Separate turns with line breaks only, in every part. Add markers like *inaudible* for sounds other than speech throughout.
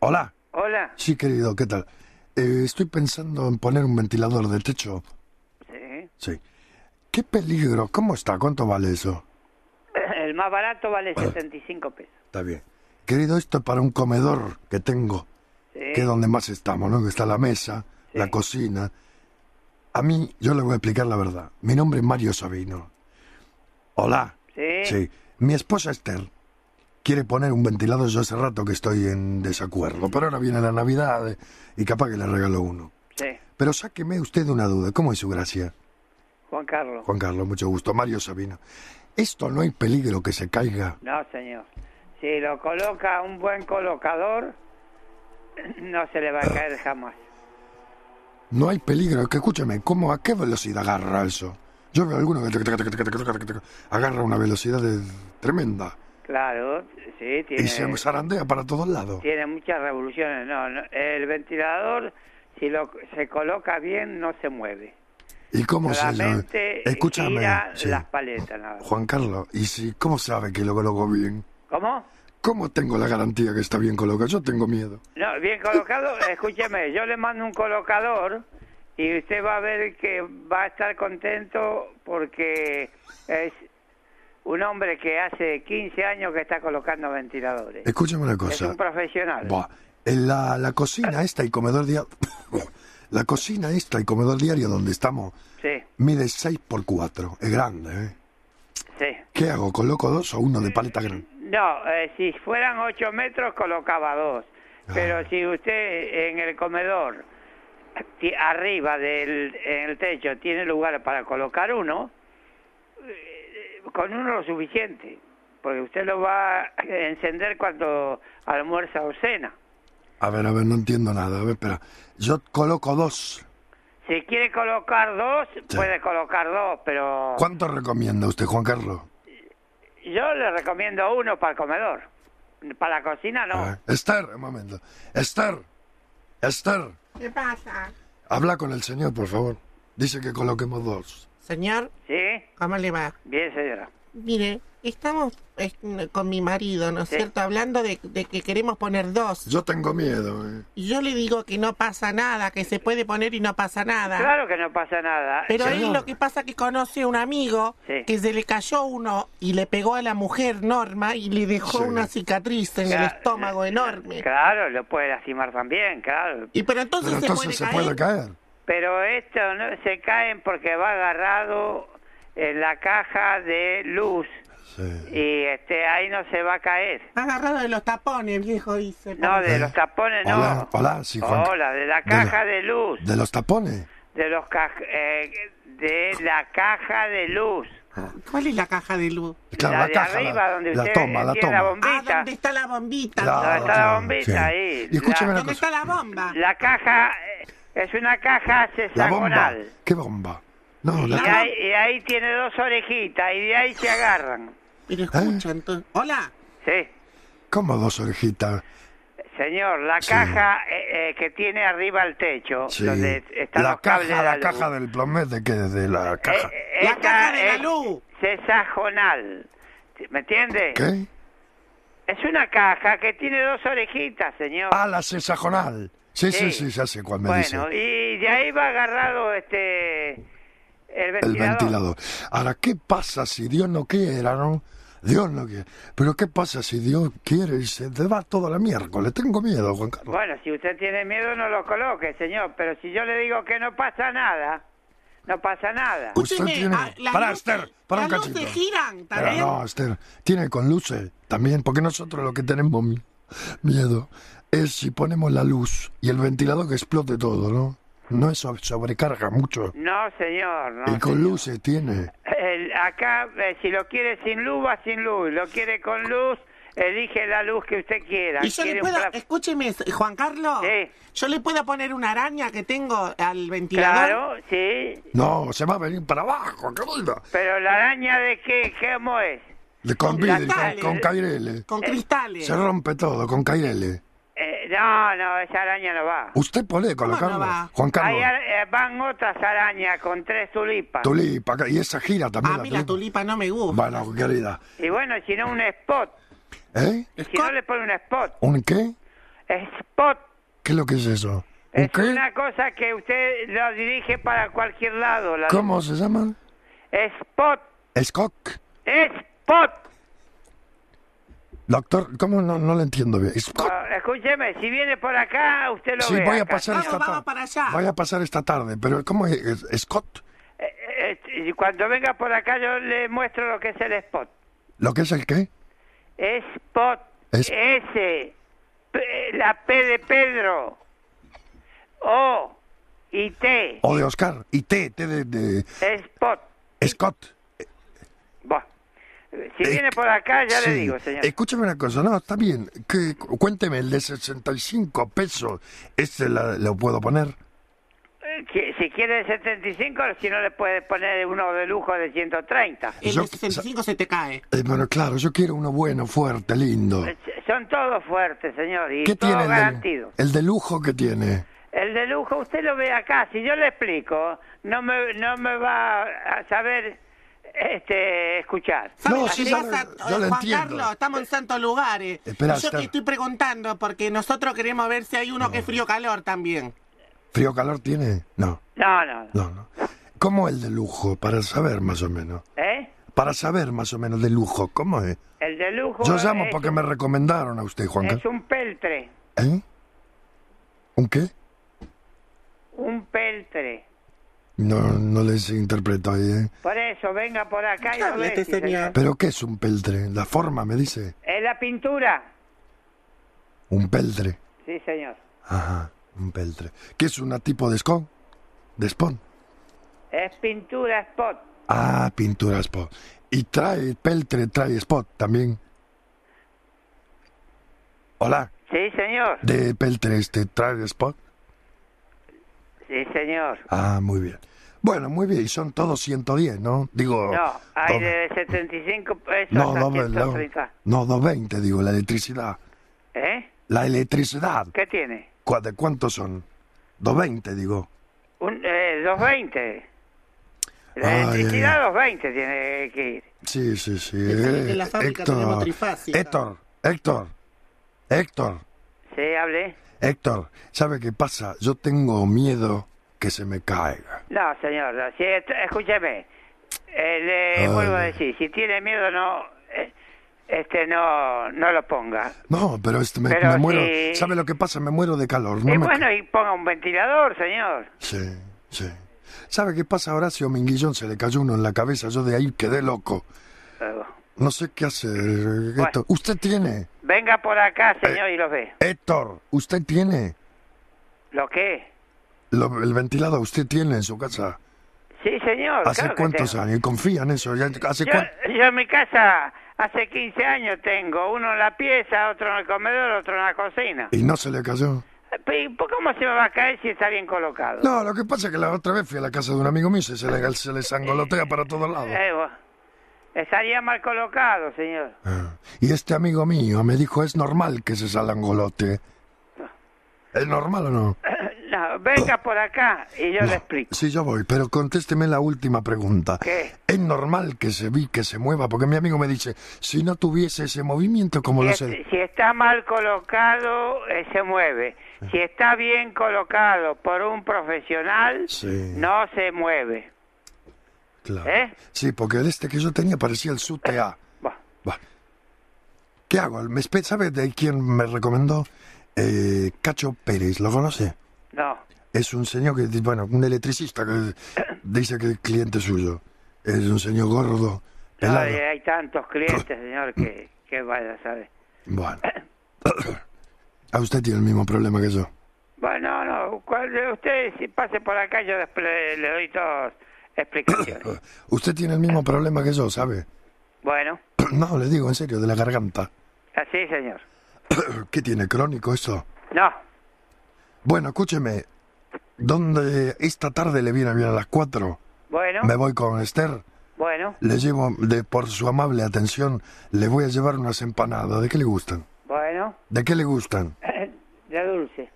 Hola.
Hola.
Sí, querido, ¿qué tal? Eh, estoy pensando en poner un ventilador de techo.
Sí. *clears throat*
Sí. ¿Qué peligro? ¿Cómo está? ¿Cuánto vale eso?
El más barato vale 75 pesos.
Está bien. Querido, esto es para un comedor que tengo,
Sí.
que es donde más estamos, ¿no? Que está la mesa, la cocina. A mí, yo le voy a explicar la verdad. Mi nombre es Mario Sabino. Hola.
Sí.
Sí. Mi esposa Esther quiere poner un ventilador. Yo hace rato que estoy en desacuerdo, pero ahora viene la Navidad eh, y capaz que le regalo uno.
Sí.
Pero sáqueme usted una duda. ¿Cómo es su gracia?
Juan Carlos.
Juan Carlos, mucho gusto. Mario Sabino. ¿Esto no hay peligro que se caiga?
No, señor. Si lo coloca un buen colocador, *clears throat* no se le va a caer jamás.
No hay peligro. Es que escúchame, ¿cómo, ¿a qué velocidad agarra eso? Yo veo alguno que tac, tac, tac, tac, tac, tac, tac, agarra una velocidad de- tremenda
Claro, sí,
y se
tiene,
zarandea para todos lados.
tiene muchas revoluciones. No, no, el ventilador, si lo, se coloca bien, no se mueve.
¿Y cómo se llama?
Solamente
Escúchame.
gira
sí.
las paletas. nada más.
Juan Carlos, ¿y si cómo sabe que lo coloco bien?
¿Cómo?
¿Cómo tengo la garantía que está bien colocado? Yo tengo miedo.
No, bien colocado, *laughs* escúcheme, yo le mando un colocador y usted va a ver que va a estar contento porque es un hombre que hace 15 años que está colocando ventiladores.
Escúchame una
Es
cosa.
un profesional.
Buah, en la, la cocina esta y comedor diario... *laughs* la cocina esta y comedor diario donde estamos
Sí,
mide 6 por 4. Es grande, ¿eh?
sí.
¿Qué hago? ¿Coloco dos o uno de paleta grande?
No, eh, si fueran 8 metros colocaba dos, pero si usted en el comedor ti- arriba del en el techo tiene lugar para colocar uno, eh, con uno lo suficiente, porque usted lo va a encender cuando almuerza o cena.
A ver, a ver, no entiendo nada. A ver, espera. Yo coloco dos.
Si quiere colocar dos,
Sí.
puede colocar dos, pero
¿Cuánto recomienda usted, Juan Carlos?
yo le recomiendo uno para el comedor. Para la cocina no.
A ver, Esther, un momento. Esther, Esther,
¿Qué pasa?
habla con el señor, por favor. Dice que coloquemos dos.
Señor,
¿Sí?
¿cómo le va?
Bien, señora.
Mire, estamos es, con mi marido, ¿no es
Sí.
cierto? Hablando de, de que queremos poner dos.
Yo tengo miedo, ¿eh?
Y yo le digo que no pasa nada, que se puede poner y no pasa nada.
Claro que no pasa nada.
Ah. Pero
Señor.
él lo que pasa que conoce a un amigo
Sí.
que se le cayó uno y le pegó a la mujer Norma y le dejó
Sí.
una cicatriz en el
Claro,
estómago enorme.
Claro, lo puede lastimar también, claro.
Y pero entonces,
Pero entonces
se,
se
puede,
puede
caer.
caer.
Pero esto no se caen porque va agarrado en la caja de luz
Sí.
y este ahí no se va a caer.
Agarrado de los tapones, viejo dice.
No, de los tapones no.
Ah, eh, Hola, hola, sí, Juan.
Hola, de la
De
caja
lo-
de luz,
¿De los tapones?
de los ca- eh, de la caja de luz.
¿Cuál es la caja de luz?
Claro,
la,
la,
de
caja, la-
arriba donde
la,
usted
toma, la
tiene
toma.
la
Ah,
bombita.
¿dónde está la bombita?
Claro,
está la
claro,
bombita ahí?
Y escúchame
La-
una
¿Dónde
cosa.
está la bomba?
La caja eh, es una
La
caja
bomba.
hexagonal.
¿Qué bomba? No,
Y
la...
ahí, y ahí tiene dos orejitas y de ahí se agarran.
Pero escucha, entonces. Hola,
Sí,
¿Cómo dos orejitas?
señor, la
Sí.
caja eh, eh, que tiene arriba el techo,
Sí.
donde están
la
los
caja,
cables de
la
la, luz.
caja del plomete que de la caja.
Eh, eh,
la
esa
caja de la
es
luz.
Sesajonal. ¿Me entiende?
¿Qué?
Es una caja que tiene dos orejitas, señor.
Ah, la sesajonal. Sí, sí, sí,
Sí.
ya sé cuál me
bueno,
dice.
y de ahí va agarrado este el
El
ventilador.
ventilador. Ahora, ¿qué pasa si Dios no quiera, no? Dios no quiere. Pero ¿qué pasa si Dios quiere y se te va toda la miércoles? Tengo miedo, Juan Carlos.
Bueno, si usted tiene miedo no lo coloque, señor, pero si yo le digo que no pasa nada, no pasa nada.
Usted
Escúcheme,
tiene-
ah, las
Pará,
luces-
Esther, pará un
las
cachito.
luces giran,
Pero
¿también?
no, Esther, tiene con luces también, porque nosotros lo que tenemos mi- miedo es si ponemos la luz y el ventilador que explote todo, ¿no? No es so- sobrecarga mucho.
No, señor, no.
y con
señor.
luces tiene.
El- acá, eh, si lo quiere sin luz, va sin luz. Lo quiere con luz, elige la luz que usted quiera.
Y yo le
Quiere
puedo,
un pla-
escúcheme, s- Juan Carlos,
Sí.
yo le puedo poner una araña que tengo al ventilador.
Claro, sí.
No, se va a venir para abajo, caramba.
Pero la araña de qué, cómo es.
De con vidrio, con,
cristales.
con caireles.
Con cristales.
Se rompe todo con caireles.
Eh, no, no, esa araña no va.
Usted puede colocarlo,
no va?
Juan
Ahí
Carlos.
van otras arañas con tres tulipas.
Tulipa, y esa gira también.
A mí la tulipa no me gusta.
Bueno, querida.
y bueno, si no, un spot.
¿Eh?
Si no, le pone un spot.
¿Un qué?
Spot
¿Qué es lo que es eso? ¿Un
es
qué?
una cosa que usted lo dirige para cualquier lado. la-
¿Cómo se llama?
Spot.
Scott.
Spot.
Doctor, ¿cómo no, no lo entiendo bien? Scott.
Ah, escúcheme, si viene por acá, usted lo
Sí,
ve.
voy a
acá.
pasar
Vamos,
esta
vamos
tarde.
para allá.
Voy a pasar esta tarde, pero ¿cómo es? ¿Es- Scott?
Eh, eh, eh, y cuando venga por acá, yo le muestro lo que es el spot.
¿Lo que es el qué?
Spot.
Es-
S. P- la P de Pedro. O. Y T.
O de Oscar. Y T, T de, de-
Spot.
Scott.
Bueno, eh, si
Eh,
viene por acá, ya le
Sí.
digo, señor.
Escúchame una cosa, no, está bien. Que, cuénteme, el de 65 pesos, ¿este la- lo puedo poner?
Eh, que- Si quiere de 75, si no le puede poner uno de lujo de 130.
El
Yo-
de 65 se te cae.
Eh, bueno, claro, yo quiero uno bueno, fuerte, lindo.
Eh, Son todos fuertes, señor, y
¿Qué tiene
todos
el de,
garantidos.
el de lujo que tiene?
El de lujo, usted lo ve acá. Si yo le explico, no me, no me va a saber este, escuchar.
¿Sabes
No,
lo
sí,
que
ya
pasa,
lo-
eh,
yo lo
Juan
entiendo. Eh,
Carlos, estamos en santos lugares.
Espera,
Y yo
está-
te estoy preguntando porque nosotros queremos ver si hay uno que es frío-calor también.
¿Frío calor tiene? No,
No, no, no.
no, no. ¿Cómo el de lujo? Para saber más o menos.
¿Eh?
Para saber más o menos de lujo, ¿cómo es?
El de lujo
Yo llamo
es,
porque me recomendaron a usted, Juan
es
Carlos.
un peltre.
¿Eh? ¿Un qué?
Un peltre.
No, no les interpreto ahí, ¿eh?
Por eso, venga por acá y lo ve.
Cállate,
sí,
señor.
¿Pero qué es un peltre? La forma, me dice.
Es la pintura.
Un peltre.
Sí, señor.
Ajá, un peltre. ¿Qué es una tipo de scone? ¿De spon?
Es pintura spot.
Ah, pintura spot. Y trae peltre, trae spot también. Hola,
Sí, señor.
de peltre este, trae spot.
Sí, señor.
Ah, muy bien. Bueno, muy bien, y son todos 110, ¿no? Digo...
No, hay
doble-
de 75 pesos
Oh, No,
a
doble, no,
130.
no, 220, digo, la electricidad.
¿Eh?
La electricidad,
¿Qué tiene?
¿cu- ¿de cuántos son? 220, digo.
Un, eh, 220. La
Ay,
electricidad
ay,
220 tiene que ir.
Sí, sí, sí.
Pensé que
eh,
en la fábrica tenemos trifásica.
Héctor, Héctor, Héctor,
¿Sí, hable?
Héctor, ¿sabe qué pasa? Yo tengo miedo que se me caiga.
No, señor. no, si esto- escúcheme. Eh, le
Ay,
vuelvo a
ay.
decir, si tiene miedo, no. eh, Este, no, no lo ponga.
No, pero, este, me,
Pero
me muero.
si-
¿Sabe lo que pasa? Me muero de calor. No
y
me
bueno, y ponga un ventilador, señor.
Sí, sí. ¿Sabe qué pasa? A Horacio Minguillón se le cayó uno en la cabeza. Yo de ahí quedé loco.
Eh,
No sé qué hacer, Héctor. ¿Usted tiene?
Venga por acá,
Eh.
señor, y lo ve.
Héctor, ¿usted tiene?
¿Lo qué?
Lo- el ventilador usted tiene en su casa.
Sí, señor.
¿Hace
claro que
cuántos
tengo.
años? ¿Confía en eso? ¿Ya- ¿Hace cuán-
Yo, yo en mi casa hace 15 años tengo uno en la pieza, otro en el comedor, otro en la cocina.
¿Y no se le cayó?
Pe- ¿y por ¿Cómo se me va a caer si está bien colocado?
No, lo que pasa es que la otra vez fui a la casa de un amigo mío y se le, se le sangolotea para todos lados.
Eh, vos, estaría mal colocado, señor. *clears throat*
Ah, Y este amigo mío me dijo, es normal que se salangolote. ¿Es normal o no?
No, venga por acá y yo le explico.
Sí, yo voy, pero contésteme la última pregunta.
¿Qué?
¿Es normal que se vi, que se mueva? Porque mi amigo me dice, si no tuviese ese movimiento, ¿cómo
Si,
lo
es-
sé?
si está mal colocado, eh, se mueve. Si está bien colocado por un profesional,
Sí.
no se mueve.
Claro.
¿Eh?
Sí, porque el este que yo tenía parecía el SUTA.
Bueno,
Va. ¿Qué hago? Me espe- ¿Sabe de quién me recomendó? Eh, Cacho Pérez, ¿lo conoce?
no.
Es un señor que, bueno, un electricista que dice que es cliente suyo. Es un señor gordo,
No,
pelado.
eh, hay tantos clientes, señor, que, que vaya a saber.
Bueno. *coughs* A usted tiene el mismo problema que yo.
Bueno, no, cual- usted si pase por acá yo después le, le doy todas
*clears throat*
explicaciones.
Usted tiene el mismo problema que yo, ¿sabe? *clears throat*
bueno,
No, le digo en serio, de la garganta. *clears throat*
así, señor.
¿Qué tiene crónico eso?
No,
Bueno, escúcheme. ¿Dónde esta tarde le viene bien a las 4?
bueno,
Me voy con Esther.
bueno,
Le llevo, de, por su amable atención, le voy a llevar unas empanadas. ¿De qué le gustan?
bueno, *coughs*
¿De qué le
*clears throat*
gustan?
de dulce.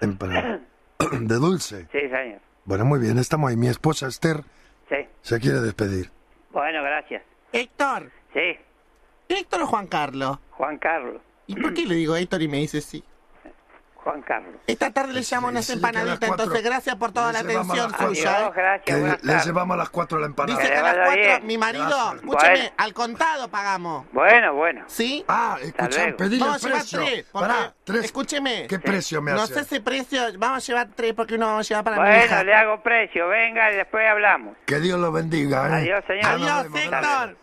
Empanadas. *clears throat* De dulce.
Sí, señor.
Bueno, muy bien, estamos ahí. Mi esposa Esther
Sí,
se quiere despedir.
bueno, gracias.
Héctor,
Sí,
¿Héctor o Juan Carlos?
Juan Carlos.
¿Y por qué le digo Héctor y me dice sí?
Juan Carlos.
Esta tarde le llamo unas
Sí, que a las
empanaditas,
cuatro-
entonces gracias por toda la
les llevamos
atención
a las
suya.
cuatro.
Adiós,
¿eh?
gracias,
Que
buenas
les
tardes.
llevamos a las cuatro la empanada.
Dice
le
que a las
vaya
cuatro,
bien.
mi marido,
Gracias.
escúchame,
Bueno.
al contado pagamos,
Bueno, bueno.
¿sí?
Ah, escuchá,
luego.
pedí el
Vamos a llevar
precio.
tres, porque,
Pará, tres.
escúcheme,
¿Qué precio me
no
hace?
sé si precio, vamos a llevar tres porque uno vamos a llevar para mi hija.
Bueno, le hago precio. Venga y después hablamos.
Que Dios los bendiga, ¿eh?
Adiós, señor.
Ya nos
Adiós,
vemos,
Héctor.
gracias.